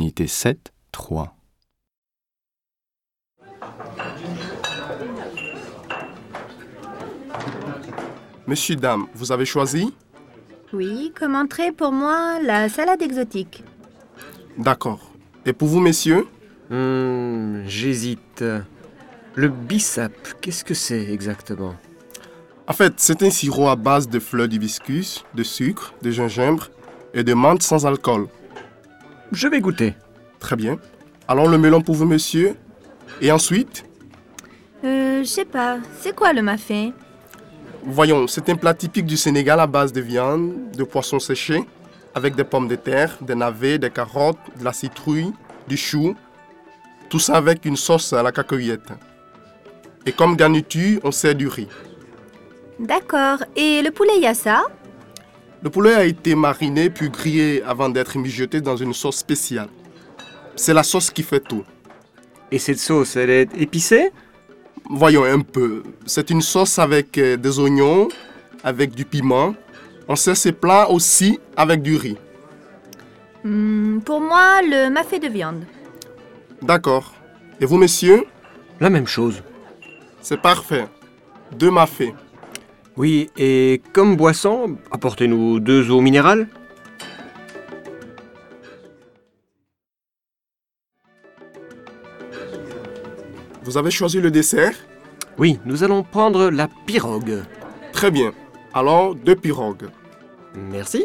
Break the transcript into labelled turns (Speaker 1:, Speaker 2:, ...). Speaker 1: Unité 7, 3.
Speaker 2: Monsieur, dame, vous avez choisi
Speaker 3: Oui, comme entrée pour moi, la salade exotique.
Speaker 2: D'accord. Et pour vous, messieurs
Speaker 4: Hmm, J'hésite. Le bissap, qu'est-ce que c'est exactement
Speaker 2: En fait, c'est un sirop à base de fleurs d'hibiscus, de sucre, de gingembre et de menthe sans alcool.
Speaker 4: Je vais goûter.
Speaker 2: Très bien. Alors le melon pour vous, monsieur. Et ensuite,
Speaker 3: Euh, je sais pas, c'est quoi le mafé
Speaker 2: voyons, c'est un plat typique du Sénégal à base de viande, de poissons séchés, avec des pommes de terre, des navets, des carottes, de la citrouille, du chou. Tout ça avec une sauce à la cacahuète. Et comme garniture, on sert du riz.
Speaker 3: D'accord, et le poulet yassa
Speaker 2: Le poulet a été mariné puis grillé avant d'être mijoté dans une sauce spéciale. C'est la sauce qui fait tout.
Speaker 4: Et cette sauce, elle est épicée
Speaker 2: Voyons un peu. C'est une sauce avec euh, des oignons, avec du piment. On sert ces plats aussi avec du riz.
Speaker 3: Hmm, Pour moi, le mafé de viande.
Speaker 2: D'accord. Et vous, messieurs
Speaker 4: La même chose.
Speaker 2: C'est parfait. Deux mafés.
Speaker 4: Oui, et comme boisson, apportez-nous deux eaux minérales.
Speaker 2: Vous avez choisi le dessert
Speaker 4: Oui, nous allons prendre la pirogue.
Speaker 2: Très bien. Alors, deux pirogues.
Speaker 4: Merci.